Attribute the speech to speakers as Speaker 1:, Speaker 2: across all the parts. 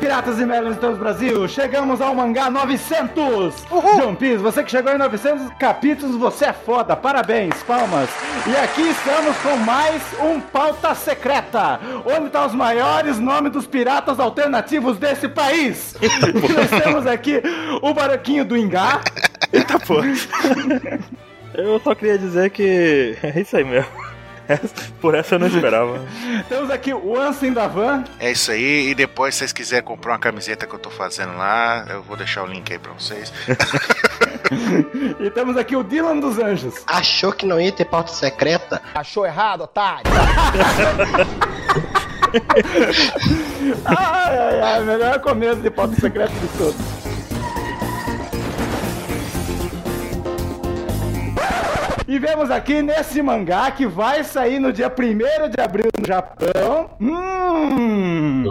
Speaker 1: Piratas e Melons do Brasil, chegamos ao mangá 900! De One Piece, você que chegou em 900 capítulos, você é foda, parabéns, palmas! E aqui estamos com mais um Pauta Secreta, onde estão os maiores nomes dos piratas alternativos desse país! E nós temos aqui o Baroquinho do Ingá,
Speaker 2: Eita porra.
Speaker 3: Eu só queria dizer que é isso aí mesmo. Essa- Por essa eu não esperava.
Speaker 1: temos aqui o Ansem da Van,
Speaker 2: É isso aí. E depois, se vocês quiserem comprar uma camiseta que eu tô fazendo lá, eu vou deixar o link aí pra vocês.
Speaker 1: e temos aqui o Dylan dos Anjos.
Speaker 4: Achou que não ia ter pauta secreta?
Speaker 1: Ai, ai, ai, melhor começo de Pauta Secreta de todos. E vemos aqui nesse mangá que vai sair no dia 1 de abril no Japão. Hum!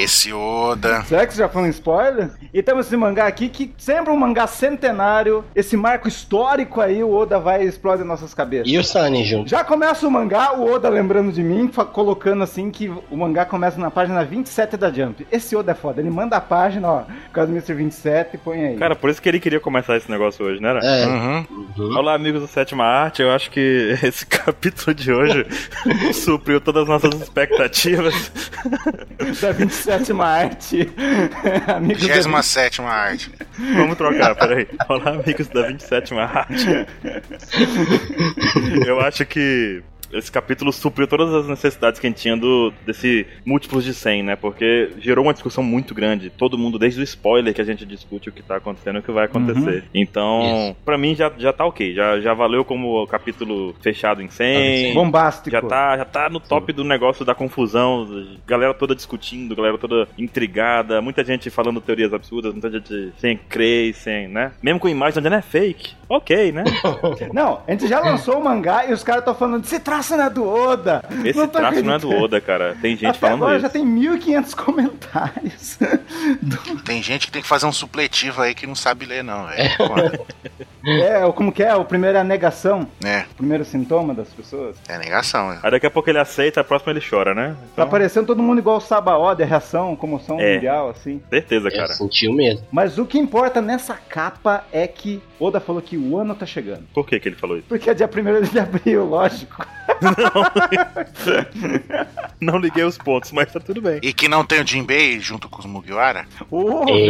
Speaker 2: Esse Oda.
Speaker 1: Será que isso já foi um spoiler? E temos esse mangá aqui que sempre um mangá centenário, esse marco histórico aí, o Oda vai e explode nossas cabeças.
Speaker 4: E o Sunny junto.
Speaker 1: Já começa o mangá, o Oda lembrando de mim, fa- colocando assim que o mangá começa na página 27 da Jump. Esse Oda é foda, ele manda a página, ó, caso Mr. 27, põe aí.
Speaker 3: Cara, por isso que ele queria começar esse negócio hoje, né? era?
Speaker 4: É.
Speaker 2: Uhum.
Speaker 3: Olá, amigos do Sétima Arte. Eu acho que esse capítulo de hoje supriu todas as nossas expectativas.
Speaker 1: da 27 Marte. Amigo da
Speaker 2: 27 arte.
Speaker 3: Vamos trocar, peraí. Olá, amigos da 27 Arte. Eu acho que esse capítulo supriu todas as necessidades que a gente tinha do, desse múltiplos de 100, né? Porque gerou uma discussão muito grande. Todo mundo, desde o spoiler que a gente discute o que tá acontecendo e o que vai acontecer. Então, pra mim já, já tá ok. Já, já valeu como capítulo fechado em 100.
Speaker 1: Bombástico.
Speaker 3: Já tá, já tá no top do negócio da confusão, galera toda discutindo, galera toda intrigada, muita gente falando teorias absurdas, muita gente sem crer, sem, né? Mesmo com imagem onde não é fake. Ok, né?
Speaker 5: Uhum.
Speaker 1: Não, a gente já lançou o mangá e os caras estão falando, esse traço não é do Oda.
Speaker 3: Esse
Speaker 1: Não tô
Speaker 3: traço não é do
Speaker 1: acreditando.
Speaker 3: Oda, cara. Tem gente
Speaker 1: Até
Speaker 3: falando
Speaker 1: agora
Speaker 3: isso.
Speaker 1: já tem 1500 comentários.
Speaker 2: Tem gente que tem que fazer um supletivo aí que não sabe ler, não, velho. Pô,
Speaker 1: é, como que é? O primeiro é a negação,
Speaker 2: né?
Speaker 1: o primeiro sintoma das pessoas.
Speaker 2: É negação, né?
Speaker 3: Aí daqui a pouco ele aceita, a próxima ele chora, né?
Speaker 1: Tá
Speaker 3: Então,
Speaker 1: parecendo todo mundo igual o Sabaó, de reação, comoção
Speaker 3: É.
Speaker 1: mundial, assim.
Speaker 3: certeza,
Speaker 4: É,
Speaker 3: cara.
Speaker 4: sentiu mesmo.
Speaker 1: Mas o que importa nessa capa é que Oda falou que o ano tá chegando.
Speaker 3: Por que que ele falou isso?
Speaker 1: Porque é dia 1 de abril, lógico.
Speaker 3: Não liguei os pontos, mas tá tudo bem.
Speaker 2: E que não tem o Jinbei junto com os Mugiwara?
Speaker 1: Oh,
Speaker 4: Eita.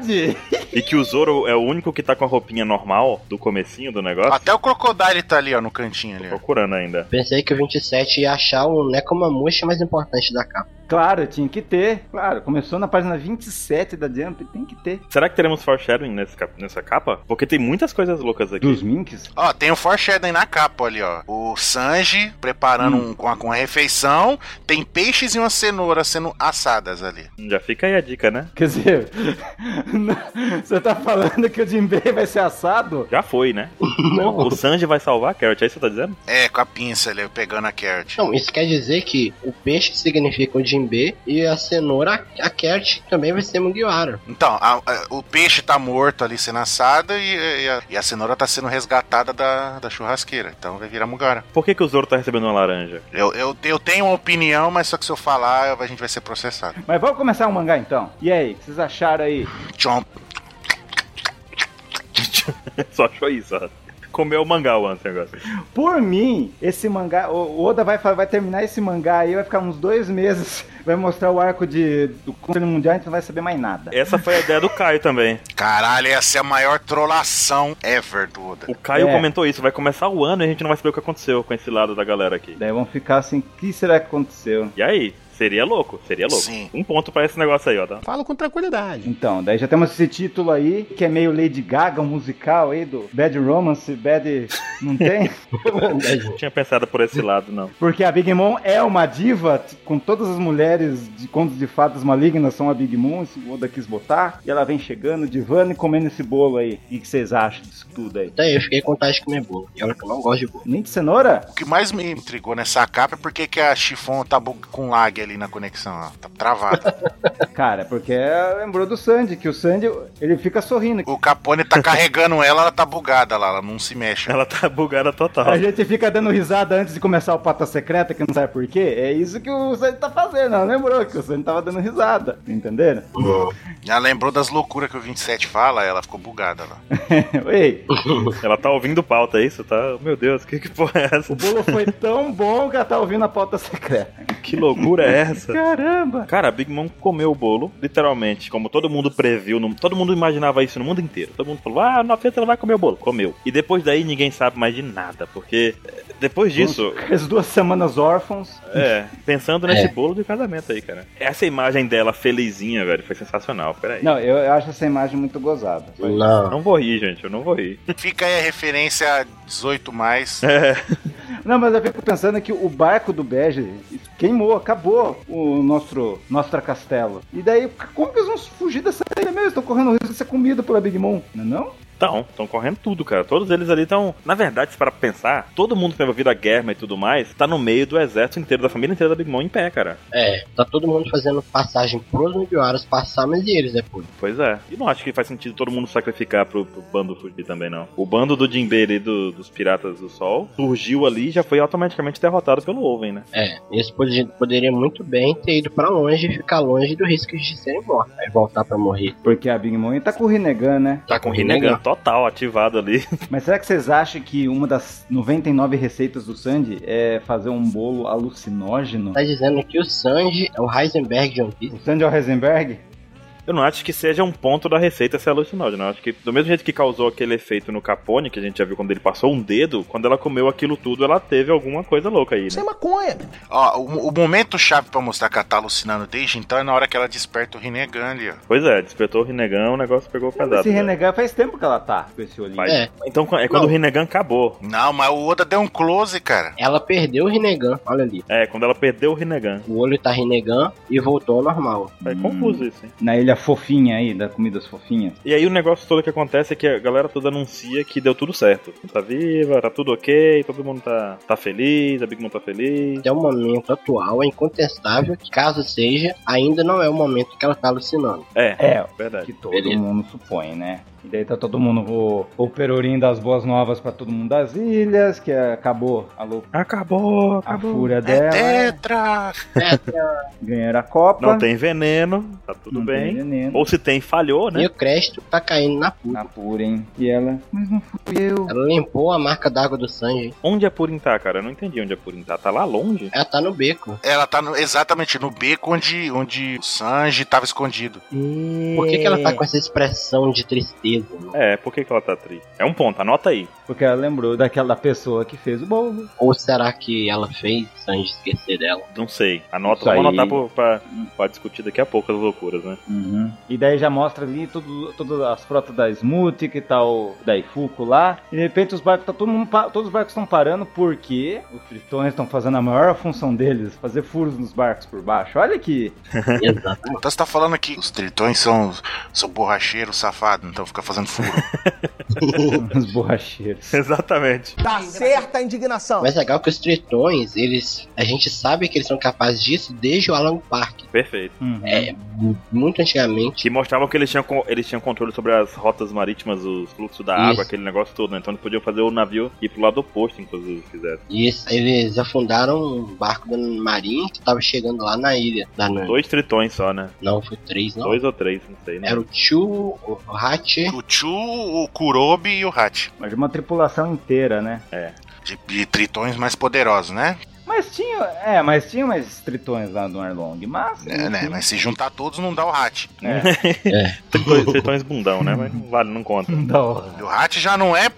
Speaker 1: verdade!
Speaker 3: E que o Zoro é o único que tá com a roupinha normal do comecinho do negócio.
Speaker 2: Até o Crocodile tá ali, ó, no cantinho ali. ó.
Speaker 3: Procurando ainda.
Speaker 4: Pensei que o 27 ia achar um Necomamushi mais importante da capa.
Speaker 1: Claro, tinha que ter. Claro, começou na página 27 da Jump, tem que ter.
Speaker 3: Será que teremos foreshadowing nesse cap- nessa capa? Porque tem muitas coisas loucas aqui.
Speaker 1: Dos Minks?
Speaker 2: Ó, tem o foreshadowing na capa ali, ó. O Sanji preparando um, com, a, com a refeição. Tem peixes e uma cenoura sendo assadas ali.
Speaker 3: Já fica aí a dica, né?
Speaker 1: Quer dizer, não, você tá falando que o Jinbei vai ser assado?
Speaker 3: Já foi, né?
Speaker 4: Não.
Speaker 3: O Sanji vai salvar a Carrot, é isso que você tá dizendo?
Speaker 2: É, com a pinça ali, pegando a Carrot.
Speaker 4: Não, isso quer dizer que o peixe significa o Jinbe e a cenoura, a Kert, também vai ser Mugiwara.
Speaker 2: Então, a- a- o peixe tá morto ali sendo assado e, e a, e a cenoura tá sendo resgatada da, da churrasqueira. Então vai virar Mugara.
Speaker 3: Por que, que o Zoro tá recebendo uma laranja?
Speaker 2: Eu, eu, eu tenho uma opinião, mas só que se eu falar, a gente vai ser processado.
Speaker 1: Mas vamos começar o mangá então. E aí, o que vocês acharam aí?
Speaker 2: Chomp.
Speaker 3: Só achou isso, ó. Comeu o mangá o Ansem agora.
Speaker 1: Por mim, esse mangá, o o Oda vai, fa- vai terminar esse mangá aí, vai ficar uns dois meses, vai mostrar o arco de, do Conselho Mundial, a gente não vai saber mais nada.
Speaker 3: Essa foi a ideia do Caio também.
Speaker 2: Caralho, essa é a maior trollação ever do Oda.
Speaker 3: O Caio
Speaker 1: É.
Speaker 3: comentou isso, vai começar o ano e a gente não vai saber o que aconteceu com esse lado da galera aqui.
Speaker 1: Daí vão ficar assim, o que será que aconteceu?
Speaker 3: E aí? Seria louco, seria louco.
Speaker 2: Sim.
Speaker 3: Um ponto pra esse negócio aí, ó. Tá?
Speaker 5: Falo com tranquilidade.
Speaker 1: Então, daí já temos esse título aí, que é meio Lady Gaga, um musical aí do Bad Romance, Bad... não tem?
Speaker 3: Não tinha pensado por esse lado, não.
Speaker 1: Porque a Big Mom é uma diva, t- com todas as mulheres de contos de fadas malignas são a Big Mom, isso o Oda quis botar, e ela vem chegando, divando e comendo esse bolo aí. O que que vocês acham disso tudo aí?
Speaker 4: Daí eu fiquei com vontade de comer bolo. E olha que eu não gosto de bolo.
Speaker 1: Nem de cenoura?
Speaker 2: O que mais me intrigou nessa capa é porque que a Chifon tá bu- com lag ali na conexão, ó. Tá travado.
Speaker 1: Cara, porque é, lembrou do Sandy, que o Sandy, ele fica sorrindo.
Speaker 2: O Capone tá carregando ela, ela tá bugada lá, ela não se mexe.
Speaker 3: Ela tá bugada total.
Speaker 1: A gente fica dando risada antes de começar o Pata Secreta, que não sabe por quê. É isso que o Sandy tá fazendo, ela lembrou que o Sandy tava dando risada, entenderam?
Speaker 2: Ela lembrou das loucuras que o 27 fala, ela ficou bugada lá.
Speaker 1: Ei,
Speaker 3: Ela tá ouvindo pauta, é isso? Tá? Meu Deus, que, que porra é
Speaker 1: o
Speaker 3: essa?
Speaker 1: bolo foi tão bom que ela tá ouvindo a pauta secreta.
Speaker 3: Que loucura é essa?
Speaker 1: Caramba!
Speaker 3: Cara, a Big Mom comeu o bolo, literalmente, como todo mundo previu, no- todo mundo imaginava isso no mundo inteiro. Todo mundo falou, ah, na feita ela vai comer o bolo. Comeu. E depois daí ninguém sabe mais de nada, porque eh, depois disso,
Speaker 1: As duas semanas órfãos.
Speaker 3: é, pensando nesse
Speaker 4: É.
Speaker 3: bolo de casamento aí, cara. Essa imagem dela felizinha, velho, foi sensacional. Peraí.
Speaker 1: Não, eu, eu acho essa imagem muito gozada.
Speaker 4: Não.
Speaker 3: Não vou rir, gente, eu não vou rir.
Speaker 2: Fica aí a referência 18 mais.
Speaker 1: Não, mas eu fico pensando que o barco do Bege queimou, acabou o nosso, nosso tracastelo. E daí, como que eles vão fugir dessa ilha mesmo? Estão correndo risco de ser comido pela Big Mom, não é não?
Speaker 3: Então, estão correndo tudo, cara. Todos eles ali estão. Na verdade, se para pensar, todo mundo que tá envolvido a guerra e tudo mais, tá no meio do exército inteiro, da família inteira da Big Mom em pé, cara.
Speaker 4: É, tá todo mundo fazendo passagem pros Mugiwaras passar, mas e eles depois?
Speaker 3: Pois é. E não acho que faz sentido todo mundo sacrificar pro, pro bando fugir também, não. O bando do Jinbe ali, do- dos Piratas do Sol, surgiu ali e já foi automaticamente derrotado pelo Oven, né?
Speaker 4: É, eles pod- poderiam muito bem ter ido pra longe e ficar longe do risco de serem mortos. Aí voltar pra morrer.
Speaker 1: Porque a Big Mom tá com o Rinnegan, né?
Speaker 4: Tá com
Speaker 3: Rinnegan total ativado ali.
Speaker 1: Mas será que vocês acham que uma das 99 receitas do Sandy é fazer um bolo alucinógeno?
Speaker 4: Tá dizendo que o Sanji é o Heisenberg de One Piece.
Speaker 1: O Sandy é o Heisenberg?
Speaker 3: Eu não acho que seja um ponto da receita ser alucinógeno. Eu acho que, do mesmo jeito que causou aquele efeito no Capone, que a gente já viu quando ele passou um dedo, quando ela comeu aquilo tudo, ela teve alguma coisa louca aí, né?
Speaker 2: Ó, o, o momento chave pra mostrar que ela tá alucinando desde então é na hora que ela desperta o Rinnegan ali, ó.
Speaker 3: Pois é, despertou o Rinnegan, o negócio pegou pesado.
Speaker 1: Esse
Speaker 3: né?
Speaker 1: Renegar faz tempo que ela tá com esse olhinho.
Speaker 3: Vai.
Speaker 4: É,
Speaker 3: Então é quando
Speaker 4: Não.
Speaker 3: o Rinnegan acabou.
Speaker 2: Não, mas o Oda deu um close, cara.
Speaker 4: ela perdeu o Rinnegan, olha ali.
Speaker 3: É, quando ela perdeu o Rinnegan.
Speaker 4: O olho tá Rinnegan e voltou ao normal.
Speaker 3: É confuso isso, hein?
Speaker 1: Na ilha fofinha aí, da comidas fofinhas.
Speaker 3: E aí o negócio todo que acontece é que a galera toda anuncia que deu tudo certo. Tá viva, tá tudo ok, todo mundo tá, tá feliz, a Big Mom tá feliz.
Speaker 4: Até o momento atual é incontestável que, caso seja, ainda não é o momento que ela tá alucinando.
Speaker 3: É,
Speaker 1: É,
Speaker 3: verdade.
Speaker 1: que todo
Speaker 4: Beleza.
Speaker 1: mundo supõe, né? E daí tá todo mundo o, o perorim das boas novas pra todo mundo das ilhas, que acabou a, lou-
Speaker 3: Acabou,
Speaker 1: a
Speaker 3: acabou.
Speaker 1: fúria
Speaker 2: É
Speaker 1: dela,
Speaker 2: tetra!
Speaker 4: É,
Speaker 1: ganhar a Copa.
Speaker 3: Não tem veneno, tá tudo
Speaker 1: não tem
Speaker 3: bem.
Speaker 1: veneno.
Speaker 3: Ou se tem, falhou,
Speaker 4: E
Speaker 3: né?
Speaker 4: o crédito tá caindo na puta.
Speaker 1: Na Purim. E ela, mas não fui eu.
Speaker 4: Ela limpou a marca d'água do Sanji.
Speaker 3: Onde a Purim tá, cara? Eu não entendi onde a Purim tá. Tá lá longe?
Speaker 4: Ela tá no beco.
Speaker 2: Ela tá no- exatamente no beco onde, onde o Sanji tava escondido.
Speaker 4: Por que, que ela tá com essa expressão de tristeza? né?
Speaker 3: É, por que, que ela tá triste? É um ponto, anota aí.
Speaker 1: Porque ela lembrou daquela pessoa que fez o bolo.
Speaker 4: Ou será que ela fez Sanji esquecer dela?
Speaker 3: Não sei. Anota,
Speaker 1: Isso
Speaker 3: vou
Speaker 1: aí.
Speaker 3: anotar pro- pra, pra discutir daqui a pouco as loucuras, né?
Speaker 1: E daí já mostra ali tudo, todas as frotas da Smoothie, que tá o da Ifuku lá. E de repente os barcos, tá todo mundo, pa- todos os barcos estão parando porque os tritões estão fazendo a maior função deles, fazer furos nos barcos por baixo. Olha que
Speaker 4: Exato.
Speaker 2: Então você tá falando que os tritões são, são borracheiros safados, então fica fazendo furo.
Speaker 1: os borracheiros.
Speaker 3: Exatamente.
Speaker 5: Tá certa a indignação.
Speaker 4: Mas é legal que os tritões, eles. A gente sabe que eles são capazes disso desde o Alan Park.
Speaker 3: Perfeito.
Speaker 1: Uhum.
Speaker 4: É, mu- muito antigamente.
Speaker 3: Que mostravam que eles tinham, co- eles tinham controle sobre as rotas marítimas, o fluxo da
Speaker 4: Isso.
Speaker 3: água, aquele negócio todo, né? Então eles podiam fazer o navio ir pro lado oposto, inclusive, se quisesse.
Speaker 4: E es- eles afundaram um barco da Marinha que tava chegando lá na ilha da Nami.
Speaker 3: Dois tritões só, né?
Speaker 4: Não, foi três, É. não.
Speaker 3: Dois ou três, não sei, né?
Speaker 4: Era o Chu, o Hachi.
Speaker 2: o Chu, o Kurobi e o Hachi.
Speaker 1: Mas uma tripulação inteira, né?
Speaker 2: De, de tritões mais poderosos, né?
Speaker 1: Mas tinha, é, mas tinha mais tritões lá no Arlong, mas...
Speaker 2: É, né? Mas se juntar todos não dá o Hachi.
Speaker 1: É,
Speaker 3: Tritões, tritões bundão, né? Mas não vale, não conta.
Speaker 1: da hora.
Speaker 2: E o Hachi já não é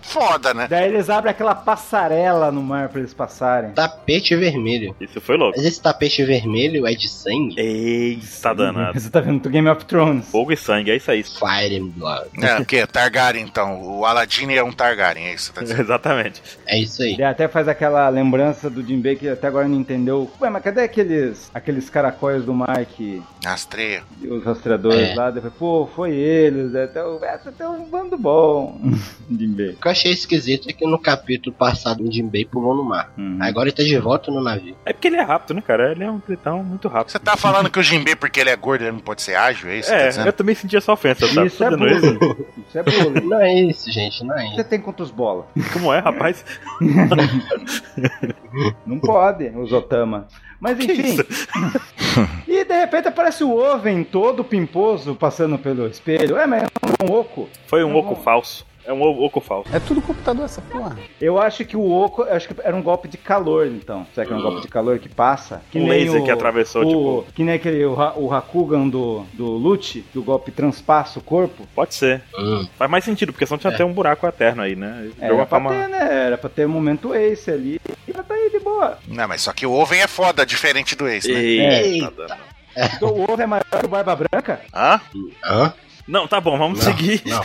Speaker 2: foda, né?
Speaker 1: Daí eles abrem aquela passarela no mar pra eles passarem.
Speaker 4: Tapete vermelho.
Speaker 3: Isso foi louco.
Speaker 4: Mas esse tapete vermelho é de sangue?
Speaker 3: Eita danado.
Speaker 1: Você tá vendo do Game of Thrones.
Speaker 3: Fogo e sangue, é isso aí.
Speaker 4: Fire and Blood.
Speaker 2: É, porque Targaryen, então. O Aladdin é um Targaryen, é isso que você tá dizendo.
Speaker 3: Exatamente.
Speaker 4: É isso aí.
Speaker 1: Ele até faz aquela lembrança do Jinbei que até agora não entendeu. Ué, mas cadê aqueles, aqueles caracóis do Mike
Speaker 2: Rastreio.
Speaker 1: e os rastreadores
Speaker 4: É.
Speaker 1: lá? Depois, pô, foi eles. né? Até o, essa tem um bando bom. Jinbei.
Speaker 4: O que eu achei esquisito é que no capítulo passado o Jinbei pulou no mar.
Speaker 1: Uhum.
Speaker 4: Agora ele tá de volta no navio.
Speaker 3: É porque ele é rápido, né, cara? Ele é um tritão muito rápido.
Speaker 2: Você tá falando que o Jinbei, porque ele é gordo, ele não pode ser ágil, é isso que você tá
Speaker 3: É, eu
Speaker 2: dizendo?
Speaker 3: também senti essa ofensa, tá?
Speaker 1: Isso é
Speaker 3: Fazendo
Speaker 1: bullying. Isso é bullying.
Speaker 4: Não é isso, gente, não é
Speaker 1: Você
Speaker 4: isso.
Speaker 1: tem quantos bola?
Speaker 3: Como é, rapaz?
Speaker 1: Não pode, os Otama. Mas enfim. e de repente aparece o Oven todo pimposo passando pelo espelho. É, mas é um oco.
Speaker 3: Foi um
Speaker 1: Não.
Speaker 3: oco falso. É um o- oco falso.
Speaker 6: É tudo computador essa porra.
Speaker 1: Eu acho que o oco, eu acho que era um golpe de calor, então. Será que era um golpe de calor que passa? Que
Speaker 3: Um
Speaker 1: nem
Speaker 3: laser que atravessou, tipo,
Speaker 1: o- Que nem aquele, o, Ha- o Hakugan do, do Lute, que o golpe transpassa o corpo.
Speaker 3: Pode ser.
Speaker 4: Hum.
Speaker 3: Faz mais sentido, porque senão tinha até um buraco eterno aí, né? De
Speaker 1: Era
Speaker 3: alguma
Speaker 1: pra
Speaker 3: forma.
Speaker 1: ter, né? Era pra ter um momento ace ali. E tá aí de boa.
Speaker 2: Não, mas só que o Oven é foda, diferente do ex, né?
Speaker 3: Eita.
Speaker 1: Então, o ovo é maior que o Barba Branca?
Speaker 2: Hã?
Speaker 4: Hã?
Speaker 3: Não, tá bom, vamos seguir.
Speaker 4: Não, ó.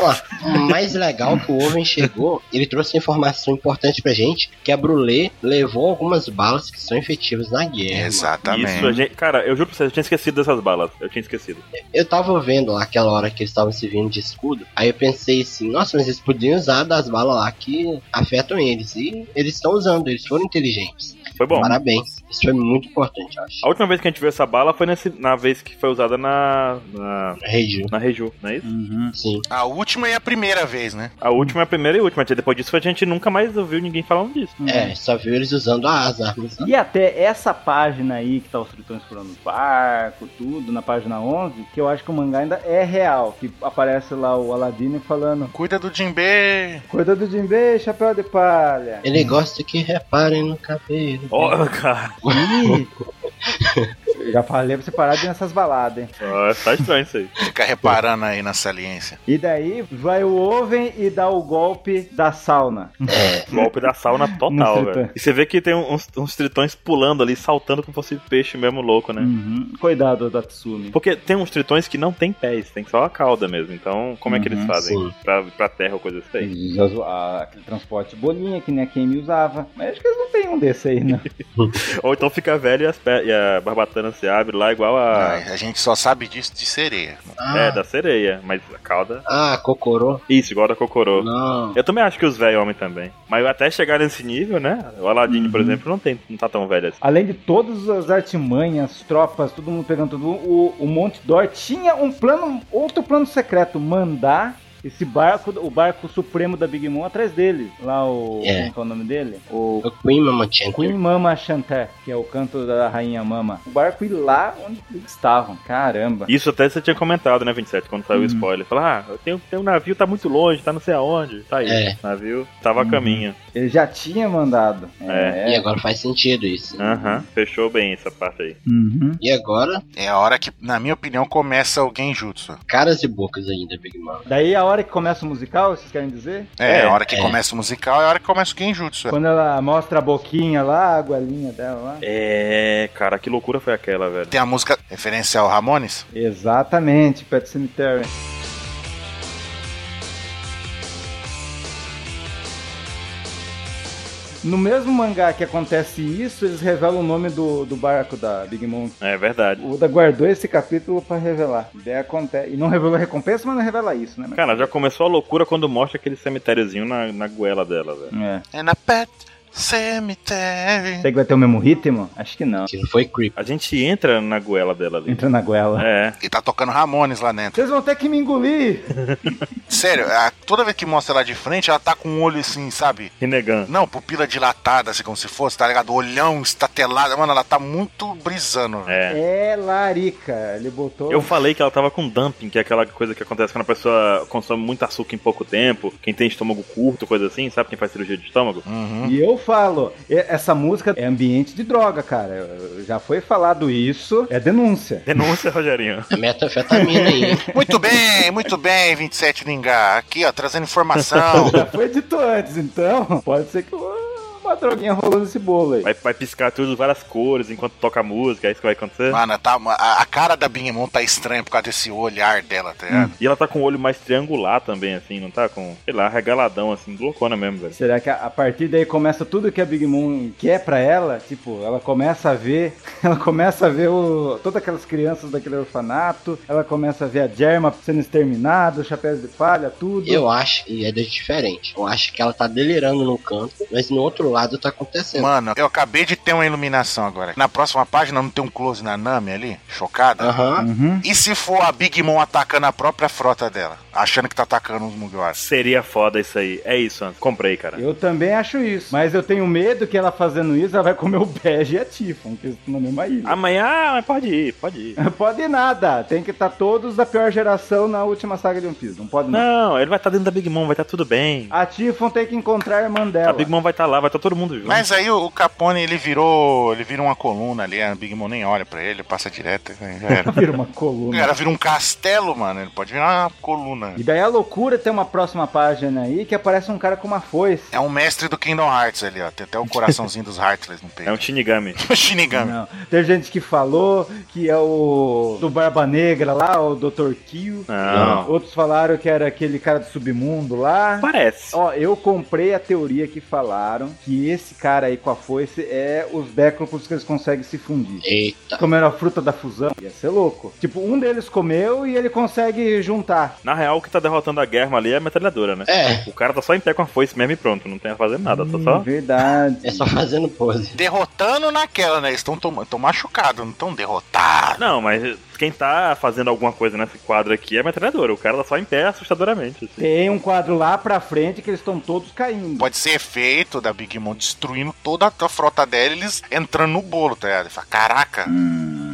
Speaker 4: Ó, o mais legal que o Oven chegou, ele trouxe informação importante pra gente, que a Brulé levou algumas balas que são efetivas na guerra.
Speaker 3: Isso, a
Speaker 2: Exatamente.
Speaker 3: gente, cara, eu juro pra você, eu tinha esquecido dessas balas. Eu tinha esquecido.
Speaker 4: Eu tava vendo lá aquela hora que eles estavam se vindo de escudo, aí eu pensei assim, nossa, mas eles podiam usar das balas lá que afetam eles. E eles estão usando, eles foram inteligentes.
Speaker 3: Foi bom.
Speaker 4: Parabéns. Isso foi muito importante, eu acho.
Speaker 3: A última vez que a gente viu essa bala foi nesse- na vez que foi usada na. na.
Speaker 4: Regi,
Speaker 3: na Reju, não é isso?
Speaker 4: sim.
Speaker 2: A última e a primeira vez, né?
Speaker 3: A última é a primeira e última. Depois disso a gente nunca mais ouviu ninguém falando disso.
Speaker 6: Hum.
Speaker 4: É, só viu eles usando as armas. né?
Speaker 1: E até essa página aí, que tá os tritões furando o barco, tudo, na página 11, que eu acho que o mangá ainda é real. Que aparece lá o Aladino falando:
Speaker 2: Cuida do Jinbei.
Speaker 1: Cuida do Jinbei, chapéu de palha.
Speaker 4: Ele gosta que reparem no cabelo.
Speaker 3: Ó, cara.
Speaker 1: Eu Já falei pra você parar de ir nessas baladas, hein?
Speaker 3: Ó, tá estranho isso aí.
Speaker 2: Fica reparando aí na saliência.
Speaker 1: E daí vai o Oven e dá o golpe da sauna. né?
Speaker 3: Golpe da sauna
Speaker 1: Nos
Speaker 3: total,
Speaker 1: tritões.
Speaker 3: velho. E você vê que tem uns, uns tritões pulando ali, saltando como se fosse peixe mesmo louco, né?
Speaker 1: Uhum. Cuidado, Datsumi.
Speaker 3: Porque tem uns tritões que não tem pés, tem só a cauda mesmo. Então, como é que eles
Speaker 1: Uhum,
Speaker 3: fazem?
Speaker 4: sim.
Speaker 3: Pra, pra terra ou coisa assim?
Speaker 1: Eles usam a- Aquele transporte bolinha que nem a Kemi usava. Mas acho que eles não tem um desse aí, né?
Speaker 3: Ou então fica velho e, as pe- e a barbatana se abre lá igual a.
Speaker 2: Ai, a gente só sabe disso de sereia.
Speaker 3: É,
Speaker 4: Ah,
Speaker 3: da sereia, mas a cauda.
Speaker 4: ah Cocorô?
Speaker 3: Isso, igual a da Kokoro.
Speaker 4: Não.
Speaker 3: Eu também acho que os velhos homem também. Mas até chegar nesse nível, né? O Aladdin, por exemplo, não, tem, não tá tão velho assim.
Speaker 1: Além de todas as artimanhas, tropas, todo mundo pegando tudo, o, o Monte Dor tinha um plano, outro plano secreto, mandar esse barco, o barco supremo da Big Mom atrás dele. Lá o.
Speaker 4: É.
Speaker 1: Como que é o nome dele? O
Speaker 4: O Queen Mamachenko.
Speaker 1: Queen Mama Chanté, que é o canto da rainha Mama. O barco ir lá onde eles estavam. Caramba.
Speaker 3: Isso até você tinha comentado, né, 27, quando saiu o
Speaker 1: Uhum.
Speaker 3: spoiler. Falar, ah, tem, tem um navio, tá muito longe, tá não sei aonde. Tá aí.
Speaker 4: É.
Speaker 3: O navio tava a
Speaker 1: Uhum.
Speaker 3: caminho.
Speaker 1: Ele já tinha mandado.
Speaker 3: É.
Speaker 4: E agora faz sentido isso.
Speaker 3: Aham. Fechou bem essa parte aí.
Speaker 1: Uhum.
Speaker 4: E agora,
Speaker 2: É a hora que, na minha opinião, começa o Genjutsu.
Speaker 4: caras e bocas ainda, Big Mom.
Speaker 1: Daí a hora que começa o musical, vocês querem dizer?
Speaker 2: É,
Speaker 3: É,
Speaker 2: a hora que
Speaker 4: é.
Speaker 2: começa o musical é a hora que começa o Genjutsu.
Speaker 1: Quando ela mostra a boquinha lá, a goelinha dela lá.
Speaker 3: É, cara, que loucura foi aquela, velho.
Speaker 2: Tem a música referência ao Ramones.
Speaker 1: Exatamente, Pet Cemetery. No mesmo mangá que acontece isso, eles revelam o nome do, do barco da Big Mom.
Speaker 3: É verdade.
Speaker 1: O Oda guardou esse capítulo pra revelar. E Daí acontece. E não revelou a recompensa, mas não revela isso, né?
Speaker 3: Cara, já começou a loucura quando mostra aquele cemitériozinho na, na goela dela, velho.
Speaker 1: É.
Speaker 2: É na Pet Cemetery.
Speaker 1: Será que vai ter o mesmo ritmo? Acho que não.
Speaker 4: Aquilo foi creep.
Speaker 3: A gente entra na goela dela ali.
Speaker 1: Entra na goela.
Speaker 3: É.
Speaker 2: E tá tocando Ramones lá dentro.
Speaker 1: Vocês vão ter que me engolir!
Speaker 2: Sério, a- toda vez que mostra ela de frente, ela tá com um olho assim, sabe?
Speaker 3: Rinnegan.
Speaker 2: Não, pupila dilatada, assim, como se fosse, tá ligado? Olhão estatelado. Mano, ela tá muito brisando, velho.
Speaker 3: É.
Speaker 1: É larica. Ele botou.
Speaker 3: Eu falei que ela tava com dumping, que é aquela coisa que acontece quando a pessoa consome muito açúcar em pouco tempo, quem tem estômago curto, coisa assim, sabe quem faz cirurgia de estômago?
Speaker 2: Uhum.
Speaker 1: E eu falo, e- essa música é ambiente de droga, cara. Eu- eu- Já foi falado isso, é denúncia.
Speaker 3: Denúncia, Rogerinho.
Speaker 4: É metafetamina aí. hein?
Speaker 2: Muito bem, muito bem, 27 Lingá. Aqui, ó, trazendo informação.
Speaker 1: Já foi dito antes, então pode ser que o uma droguinha rolando esse bolo aí.
Speaker 3: Vai, vai piscar tudo, várias cores enquanto toca a música, é isso que vai acontecer.
Speaker 2: Mano, tá, a, a cara da Bingemon tá estranha por causa desse olhar dela, tá ligado?
Speaker 3: E ela tá com o olho mais triangular também, assim, não tá? Com, sei lá, regaladão, assim, loucona mesmo, velho.
Speaker 1: Será que a, a partir daí começa tudo que a Big Moon quer pra ela? Tipo, ela começa a ver, ela começa a ver o, todas aquelas crianças daquele orfanato, ela começa a ver a Germa sendo exterminada, os chapéus de palha, tudo.
Speaker 4: Eu acho, e é de- diferente. Eu acho que ela tá delirando num canto, mas no outro lado tá acontecendo.
Speaker 2: Mano, eu acabei de ter uma iluminação agora. Na próxima página não tem um close na Nami ali? Chocada?
Speaker 4: Aham.
Speaker 1: Uhum.
Speaker 2: E se for a Big Mom atacando a própria frota dela? Achando que tá atacando os Mugiwara.
Speaker 3: Seria foda isso aí. É isso, Anderson. Comprei, cara.
Speaker 1: Eu também acho isso. Mas eu tenho medo que ela fazendo isso, ela vai comer o Bege e a Tifon, que estão na mesma ilha.
Speaker 3: Amanhã, ah, mas pode ir, pode
Speaker 1: Ah,
Speaker 3: ir.
Speaker 1: Pode nada. Tem que estar todos da pior geração na última saga de One Piece. Não Ah, pode nada.
Speaker 3: Não, ele vai estar dentro da Big Mom, vai estar tudo bem.
Speaker 1: A Tifon tem que encontrar a irmã dela.
Speaker 3: A Big Mom vai estar lá, vai estar todo mundo junto.
Speaker 2: Mas aí o o Capone, ele virou. Ele vira uma coluna ali, a Big Mom nem olha pra ele, passa direto. né? Já era.
Speaker 1: Vira uma
Speaker 2: O
Speaker 1: coluna.
Speaker 2: cara vira um castelo, mano. Ele pode virar uma coluna.
Speaker 1: E daí a loucura tem uma próxima página aí que aparece um cara com uma foice.
Speaker 2: É um mestre do Kingdom Hearts ali, ó. Tem até o coraçãozinho dos Heartless no
Speaker 3: É um
Speaker 2: peito.
Speaker 3: Shinigami.
Speaker 2: O Shinigami.
Speaker 1: Não. Teve gente que falou que é o do Barba Negra lá, o Dr. Kill.
Speaker 3: Não.
Speaker 1: Outros falaram que era aquele cara do submundo lá.
Speaker 3: Parece.
Speaker 1: Ó, eu comprei a teoria que falaram que esse cara aí com a foice é os déclopos que eles conseguem se fundir.
Speaker 4: Eita.
Speaker 1: Comeram a fruta da fusão. Ia ser louco. Tipo, um deles comeu e ele consegue juntar.
Speaker 3: Na real, o que tá derrotando a Germa ali é a metralhadora, né?
Speaker 4: É.
Speaker 3: O cara tá só em pé com a foice mesmo e pronto, não tem a fazer nada, tá
Speaker 1: Hum,
Speaker 3: só.
Speaker 1: Verdade.
Speaker 4: É só fazendo pose.
Speaker 2: Derrotando naquela, né? Eles estão tão machucados, não estão derrotados.
Speaker 3: Não, mas quem tá fazendo alguma coisa nesse quadro aqui é a metralhadora. O cara tá só em pé assustadoramente. assim.
Speaker 1: Tem um quadro lá pra frente que eles estão todos caindo.
Speaker 2: Pode ser efeito da Big Mom destruindo toda a frota dela e eles entrando no bolo, tá ligado? Ele fala, caraca,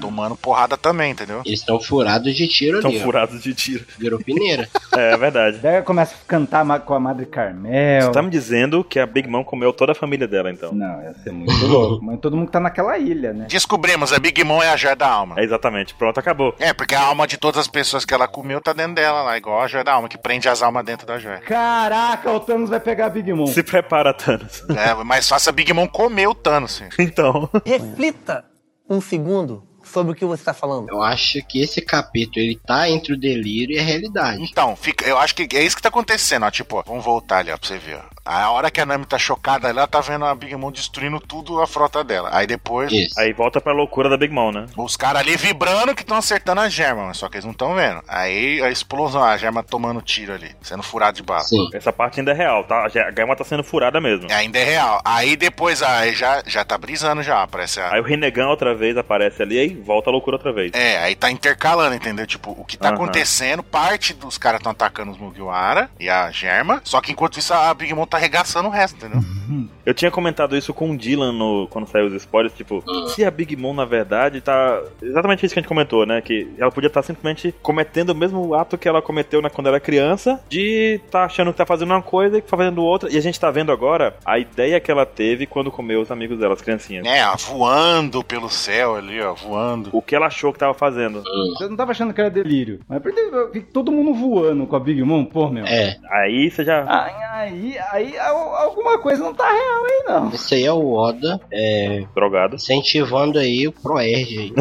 Speaker 2: tomando porrada também, entendeu?
Speaker 4: Eles estão furados de tiro
Speaker 3: Estão
Speaker 4: ali. ó.
Speaker 3: furados de tiro.
Speaker 4: Virou peneira.
Speaker 3: É, é verdade.
Speaker 1: Daí começa a cantar ma- com a Madre
Speaker 3: Você
Speaker 1: Carmel.
Speaker 3: tá me dizendo que a Big Mom comeu toda a família dela, então.
Speaker 1: Não, ia ser muito louco. Mas todo mundo tá naquela ilha, né?
Speaker 2: Descobrimos, a Big Mom é a joia da alma.
Speaker 3: É exatamente. Pronto, acabou.
Speaker 2: É, porque a alma de todas as pessoas que ela comeu tá dentro dela lá, igual a joia da alma, que prende as almas dentro da joia.
Speaker 1: Caraca, o Thanos vai pegar a Big Mom.
Speaker 3: Se prepara, Thanos.
Speaker 2: É, mais fácil a Big Mom comer o Thanos. sim.
Speaker 3: Então.
Speaker 6: Reflita um segundo sobre o que você está falando.
Speaker 4: Eu acho que esse capítulo ele tá entre o delírio e a realidade.
Speaker 2: Então, fica, eu acho que é isso que tá acontecendo, ó. Tipo, ó, vamos voltar ali, ó, pra você ver, ó. A hora que a Nami tá chocada, ela tá vendo a Big Mom destruindo tudo a frota dela. Aí depois,
Speaker 4: Isso.
Speaker 3: Aí volta pra loucura da Big Mom, né?
Speaker 2: Os caras ali vibrando que estão acertando a germa, mas só que eles não estão vendo. Aí a explosão, a germa tomando tiro ali, sendo furado de bala.
Speaker 4: Sim.
Speaker 3: Essa parte ainda é real, tá? A Ge- A Gama tá sendo furada mesmo.
Speaker 2: Ainda é real. Aí depois, aí já, já tá brisando já, parece. A...
Speaker 3: Aí o Renegan outra vez aparece ali, aí volta a loucura outra vez.
Speaker 2: É, aí tá intercalando, entendeu? Tipo, o que tá
Speaker 3: Aham.
Speaker 2: acontecendo, parte dos caras estão atacando os Mugiwara e a germa, só que enquanto isso a Big Mom tá arregaçando o resto, entendeu?
Speaker 3: Eu tinha comentado isso com o Dylan no- quando saiu os spoilers, tipo, se a Big Mom, na verdade, tá. Exatamente isso que a gente comentou, né? Que ela podia estar simplesmente cometendo o mesmo ato que ela cometeu na, quando era criança, de tá achando que tá fazendo uma coisa e que tá fazendo outra. E a gente tá vendo agora a ideia que ela teve quando comeu os amigos dela, as criancinhas.
Speaker 2: Né, ó, voando pelo céu ali, ó, voando.
Speaker 3: O que ela achou que tava fazendo.
Speaker 1: Eu não tava achando que era delírio. Mas por que eu vi todo mundo voando com a Big Mom, pô, meu.
Speaker 4: É.
Speaker 3: Aí você já.
Speaker 1: Aí, aí, aí al- alguma coisa não tá real aí, não.
Speaker 4: Isso aí é o Oda
Speaker 3: Drogado.
Speaker 4: incentivando aí o Proerd aí.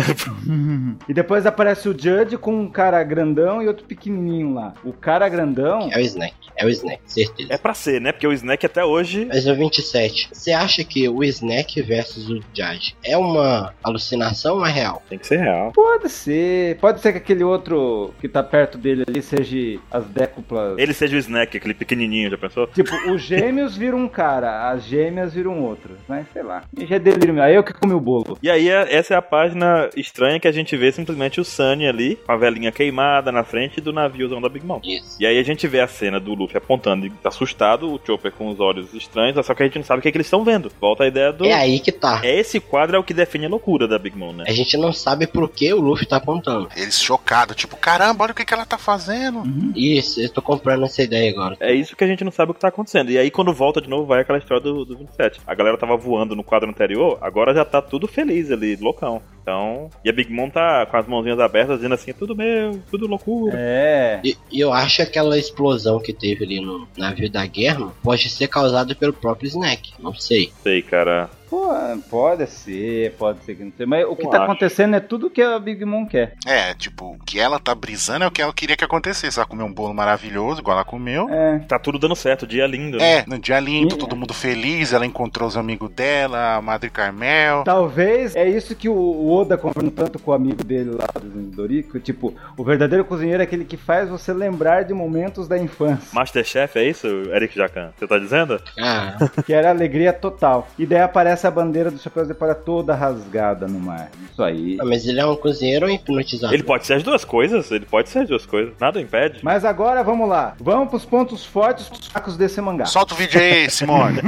Speaker 1: E depois aparece o Judge com um cara grandão e outro pequenininho lá. O cara grandão.
Speaker 4: É o Snack. É o Snack, certeza.
Speaker 3: É pra ser, né? Porque o Snack até hoje
Speaker 4: Mas o 27, você acha que o Snack versus o Judge é uma alucinação ou é real?
Speaker 3: tem que ser real.
Speaker 1: Pode ser. Pode ser que aquele outro que tá perto dele ali seja as décuplas.
Speaker 3: Ele seja o Snack, aquele pequenininho, já pensou?
Speaker 1: Tipo, os gêmeos viram um cara, as gêmeas viram outro. Mas sei lá. E já é delírio meu. Aí eu que comi o bolo.
Speaker 3: E aí, é- essa é a página estranha que a gente vê simplesmente o Sunny ali, com a velhinha queimada na frente do naviozão da Big Mom.
Speaker 4: Isso.
Speaker 3: E aí a gente vê a cena do Luffy apontando e assustado, o Chopper com os olhos estranhos, só que a gente não sabe o que, é que eles estão vendo. Volta a ideia do.
Speaker 4: É aí que tá.
Speaker 3: É esse quadro é o que define a loucura da Big Mom, né?
Speaker 4: A gente não sabe por que o Luffy tá apontando.
Speaker 2: Eles chocados, tipo, caramba, olha o que, que ela tá fazendo.
Speaker 4: Isso, eu tô comprando essa ideia agora.
Speaker 3: É isso que a gente não sabe o que tá acontecendo. E aí, quando volta de novo, vai aquela história do, do 27. A galera tava voando no quadro anterior, agora já tá tudo feliz ali, loucão. Então. E a Big Mom tá com as mãozinhas abertas, dizendo assim: tudo meu, tudo loucura.
Speaker 1: É.
Speaker 4: E e eu acho que aquela explosão que teve ali no navio da guerra pode ser causada pelo próprio Snack. Não sei.
Speaker 3: Sei, cara.
Speaker 1: Pô, pode ser, pode ser que não sei. Mas o que
Speaker 3: Eu
Speaker 1: tá
Speaker 3: acho.
Speaker 1: acontecendo é tudo que a Big Mom quer.
Speaker 2: É, tipo, o que ela tá brisando é o que ela queria que acontecesse. Ela comeu um bolo maravilhoso, igual ela comeu.
Speaker 1: É.
Speaker 3: Tá tudo dando certo, o dia é lindo. né?
Speaker 2: É, no dia limpo,
Speaker 1: É.
Speaker 2: todo mundo feliz, ela encontrou os amigos dela, a Madre Carmel.
Speaker 1: Talvez é isso que o- o Oda conversando tanto com o amigo dele lá do Dorico. Tipo, o verdadeiro cozinheiro é aquele que faz você lembrar de momentos da infância.
Speaker 3: Masterchef, é isso, Eric Jacan? Você tá dizendo?
Speaker 4: Ah,
Speaker 1: Que era alegria total. E daí aparece a bandeira do Chapéu de Palha toda rasgada no mar. Isso aí.
Speaker 4: mas ele é um cozinheiro ou hipnotizador?
Speaker 3: Ele pode ser as duas coisas, ele pode ser as duas coisas. Nada impede.
Speaker 1: Mas agora vamos lá. Vamos pros pontos fortes e fracos desse mangá.
Speaker 2: Solta o vídeo aí, Simone.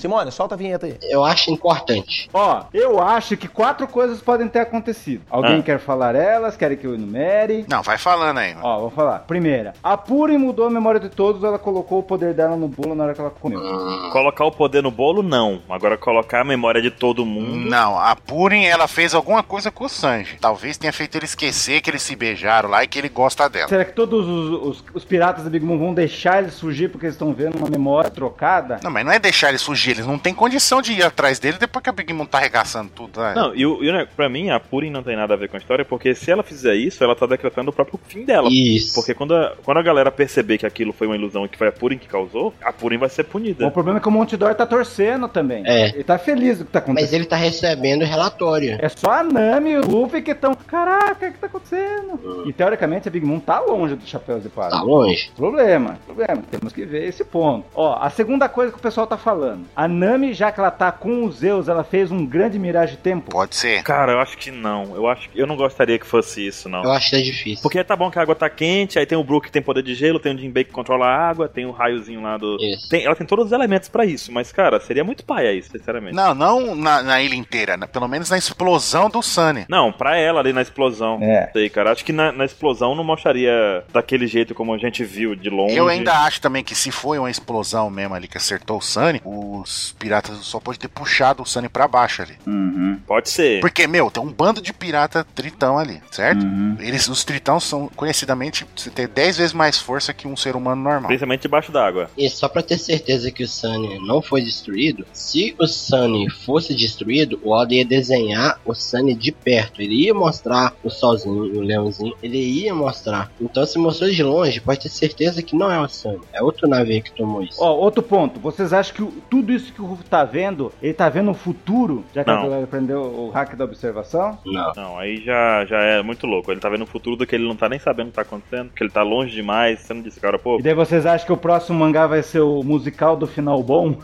Speaker 5: Simone, solta a vinheta aí.
Speaker 4: Eu acho importante.
Speaker 1: Ó, eu acho que quatro coisas podem ter acontecido. Alguém
Speaker 3: Ah.
Speaker 1: quer falar elas? Querem que eu enumere?
Speaker 2: Não, vai falando aí, mano.
Speaker 1: Ó, vou falar. Primeira, a Puri mudou a memória de todos, ela colocou o poder dela no bolo na hora que ela comeu.
Speaker 4: Ah.
Speaker 3: Colocar o poder no bolo, não. Agora colocar a memória de todo mundo.
Speaker 2: Não, a Purin, ela fez alguma coisa com o Sanji. Talvez tenha feito ele esquecer que eles se beijaram lá e que ele gosta dela.
Speaker 1: Será que todos os, os- os piratas da Big Mom vão deixar ele surgir porque eles estão vendo uma memória trocada?
Speaker 2: Não, mas não é deixar ele fugir, eles não tem condição de ir atrás dele depois que a Big Mom tá arregaçando tudo, né?
Speaker 3: Não, e, o, e o ne- pra mim, a Purin não tem nada a ver com a história, porque se ela fizer isso, ela tá decretando o próprio fim dela.
Speaker 4: Isso.
Speaker 3: Porque quando a, quando a galera perceber que aquilo foi uma ilusão e que foi a Purin que causou, a Purin vai ser punida.
Speaker 1: O problema é que o Montidor tá torcendo também.
Speaker 4: É.
Speaker 1: Ele tá feliz do que tá acontecendo.
Speaker 4: Mas ele tá recebendo relatório.
Speaker 1: É só a Nami e o Luffy que estão. Caraca, o que tá
Speaker 4: Ah.
Speaker 1: acontecendo? E teoricamente a Big Mom tá longe do Chapéu de Palha.
Speaker 4: Tá longe.
Speaker 1: Problema, problema. Temos que ver esse ponto. Ó, a segunda coisa que o pessoal tá falando. A Nami, já que ela tá com os Zeus, ela fez um grande miragem de tempo.
Speaker 2: Pode ser.
Speaker 3: Cara, eu acho que não. Eu acho que eu não gostaria que fosse isso, não.
Speaker 4: Eu acho que é difícil.
Speaker 3: Porque tá bom que a água tá quente, aí tem o Brook que tem poder de gelo, tem o Jinbei que controla a água, tem o raiozinho lá do.
Speaker 4: Isso.
Speaker 3: Tem- ela tem todos os elementos pra isso, mas, cara, seria muito paia isso, sinceramente.
Speaker 2: Não, não na, na ilha inteira, né? pelo menos na explosão do Sunny.
Speaker 3: Não, pra ela ali na explosão.
Speaker 1: É.
Speaker 3: Sei, cara. Acho que na, na explosão não mostraria daquele jeito como a gente viu de longe.
Speaker 2: Eu ainda acho também que se foi uma explosão mesmo ali que acertou o Sunny, os piratas só pode ter puxado o Sunny pra baixo ali.
Speaker 1: Uhum.
Speaker 3: Pode ser.
Speaker 2: Porque, meu, tem um bando de pirata tritão ali, certo? Eles, os tritão são conhecidamente você ter 10 vezes mais força que um ser humano normal.
Speaker 3: Principalmente debaixo d'água.
Speaker 4: E só pra ter certeza que o Sunny não foi destruído, se o Sunny fosse destruído, o Oda ia desenhar o Sunny de perto. Ele ia mostrar o solzinho e o leãozinho. Ele ia mostrar. Então se mostrou de longe, pode ter certeza que não é o Sunny. É outro navio que tomou isso.
Speaker 1: Ó, outro ponto. Vocês acham que o- tudo isso que o Ruff tá vendo, ele tá vendo o futuro? Já que
Speaker 3: Não.
Speaker 1: a galera aprendeu o hack da observação?
Speaker 4: Não.
Speaker 3: Não, aí já, já é muito louco. Ele tá vendo o futuro do que ele não tá nem sabendo o que tá acontecendo, que ele tá longe demais. Você não disse, cara, pô.
Speaker 1: E daí vocês acham que o próximo mangá vai ser o musical do final bom?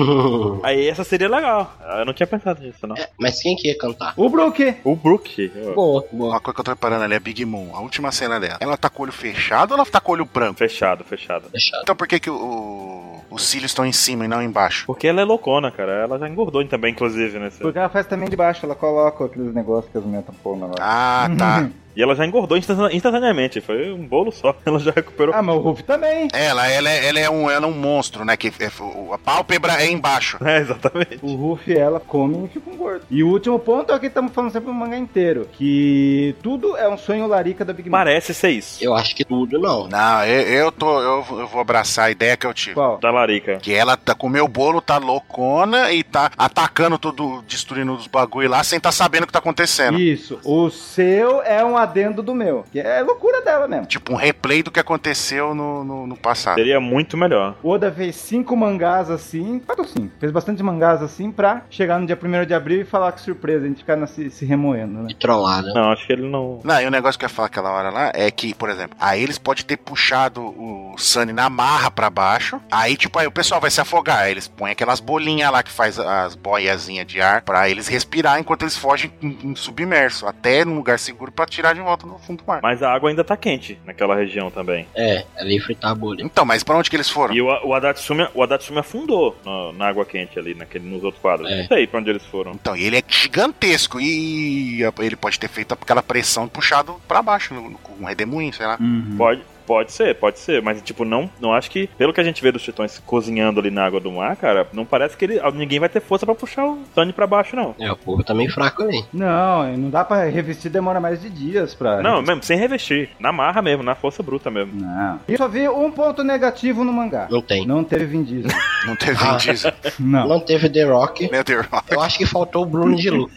Speaker 3: Aí essa seria legal. Ah, Eu não tinha pensado nisso, não.
Speaker 4: É, mas quem que ia cantar?
Speaker 1: O Brook!
Speaker 3: O Brook. ó,
Speaker 4: Boa, boa.
Speaker 2: Uma coisa que eu tô reparando ali é a Big Moon, a última cena dela. Ela tá com o olho fechado ou ela tá com o olho branco?
Speaker 3: Fechado, fechado.
Speaker 4: Fechado.
Speaker 2: Então por que que o- o- os cílios estão em cima e não embaixo?
Speaker 3: Porque ela é loucona, cara. Ela já engordou também, inclusive, né?
Speaker 1: Porque ela faz também de baixo, ela coloca aqueles negócios que as meninas estão pondo lá.
Speaker 2: Ah, tá.
Speaker 3: E ela já engordou instantane- instantaneamente. Foi um bolo só. Ela já recuperou.
Speaker 1: Ah, mas o Ruff também!
Speaker 2: Ela, ela, é- ela, é um, ela é um monstro, né? Que é- o- a pálpebra é embaixo.
Speaker 3: É, exatamente.
Speaker 1: O Ruff e ela comem e ficam gordos. E o último ponto é o que estamos falando sempre no mangá inteiro: que tudo é um sonho larica da Big Mom.
Speaker 3: Parece ser isso.
Speaker 4: Eu acho que tudo não. né?
Speaker 2: Não, eu, eu tô. Eu, eu vou abraçar a ideia que eu tive.
Speaker 1: Qual?
Speaker 3: Da Larica.
Speaker 2: Que ela tá com o meu bolo, tá loucona e tá atacando tudo, destruindo os bagulho lá sem tá sabendo o que tá acontecendo.
Speaker 1: Isso. O seu é um adendo do meu. Que é loucura dela mesmo.
Speaker 2: Tipo um replay do que aconteceu no, no, no passado.
Speaker 3: Seria muito melhor.
Speaker 1: O Oda fez cinco mangás assim, quatro ou cinco, fez bastante mangás assim pra chegar no dia 1 de abril e falar que surpresa, a gente ficar na- se, se remoendo, né?
Speaker 4: E trollada.
Speaker 3: Não, acho que ele não.
Speaker 2: Não, e o negócio que eu ia falar aquela hora lá é que, por exemplo, aí eles podem ter puxado o Sunny na marra pra baixo. Aí, tipo, aí o pessoal vai se afogar. Aí eles põem aquelas bolinhas lá que faz as boiazinhas de ar pra eles respirar enquanto eles fogem em, em submerso, até num lugar seguro pra tirar de volta no fundo do mar.
Speaker 3: Mas a água ainda tá quente naquela região também.
Speaker 4: É, ela ia fritar a bolha.
Speaker 2: Então, mas pra onde que eles foram?
Speaker 3: E o, o, Adatsumi, o Adatsumi afundou na, na água quente ali, naquele, nos outros quadros.
Speaker 4: É.
Speaker 3: Não sei pra onde eles foram.
Speaker 2: Então, ele é gigantesco e ele pode ter feito aquela pressão e puxado pra baixo, no, no, com um redemoinho, sei lá.
Speaker 3: Pode, Pode ser, pode ser, mas tipo, não, não acho que, pelo que a gente vê dos titãs cozinhando ali na água do mar, cara, não parece que ele, ah, ninguém vai ter força pra puxar o Sunny pra baixo, não.
Speaker 4: É, o povo tá meio fraco ali.
Speaker 1: Não, não dá pra revestir, demora mais de dias pra.
Speaker 3: Não, mesmo, sem revestir. Na marra mesmo, na força bruta mesmo.
Speaker 1: Não. Eu só vi um ponto negativo no mangá.
Speaker 4: Não tem.
Speaker 1: Não teve Vin Diesel.
Speaker 2: Não teve Vin Diesel.
Speaker 1: não.
Speaker 4: Não teve The Rock.
Speaker 2: Meu Deus.
Speaker 4: Eu acho que faltou o Bruno de Luca.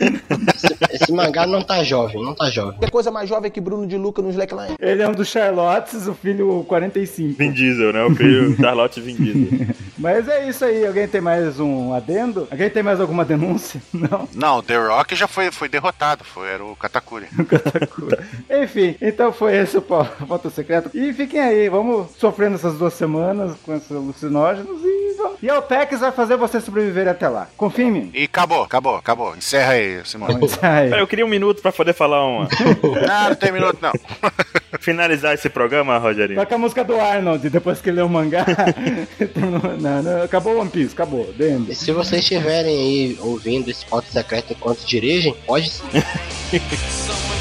Speaker 4: Esse, esse mangá não tá jovem, não tá jovem.
Speaker 6: Que coisa mais jovem que Bruno de Luca no Slackline.
Speaker 1: Ele é um dos Charlottes, o filho 45.
Speaker 3: Vin Diesel, né? O filho Charlotte Vin Diesel.
Speaker 1: Mas é isso aí. Alguém tem mais um adendo? Alguém tem mais alguma denúncia? Não?
Speaker 2: Não, The Rock já foi, foi derrotado, foi, era o Katakuri.
Speaker 1: Enfim, então foi esse o pau- voto secreto. E fiquem aí, vamos sofrendo essas duas semanas com esses alucinógenos e vamos. E a OPEX vai fazer você sobreviver até lá. Confia em mim.
Speaker 2: E acabou, acabou, acabou. Encerra aí, Simone.
Speaker 1: Ai.
Speaker 3: Pera, eu queria um minuto pra poder falar uma.
Speaker 2: Ah, não tem minuto, não.
Speaker 3: Finalizar esse programa, Rogerinho.
Speaker 1: Toca a música do Arnold, depois que leu o mangá. Terminou- não, não, acabou One Piece, acabou. Dendo.
Speaker 4: E se vocês estiverem aí ouvindo esse foto secreto enquanto dirigem, pode sim.
Speaker 7: Someone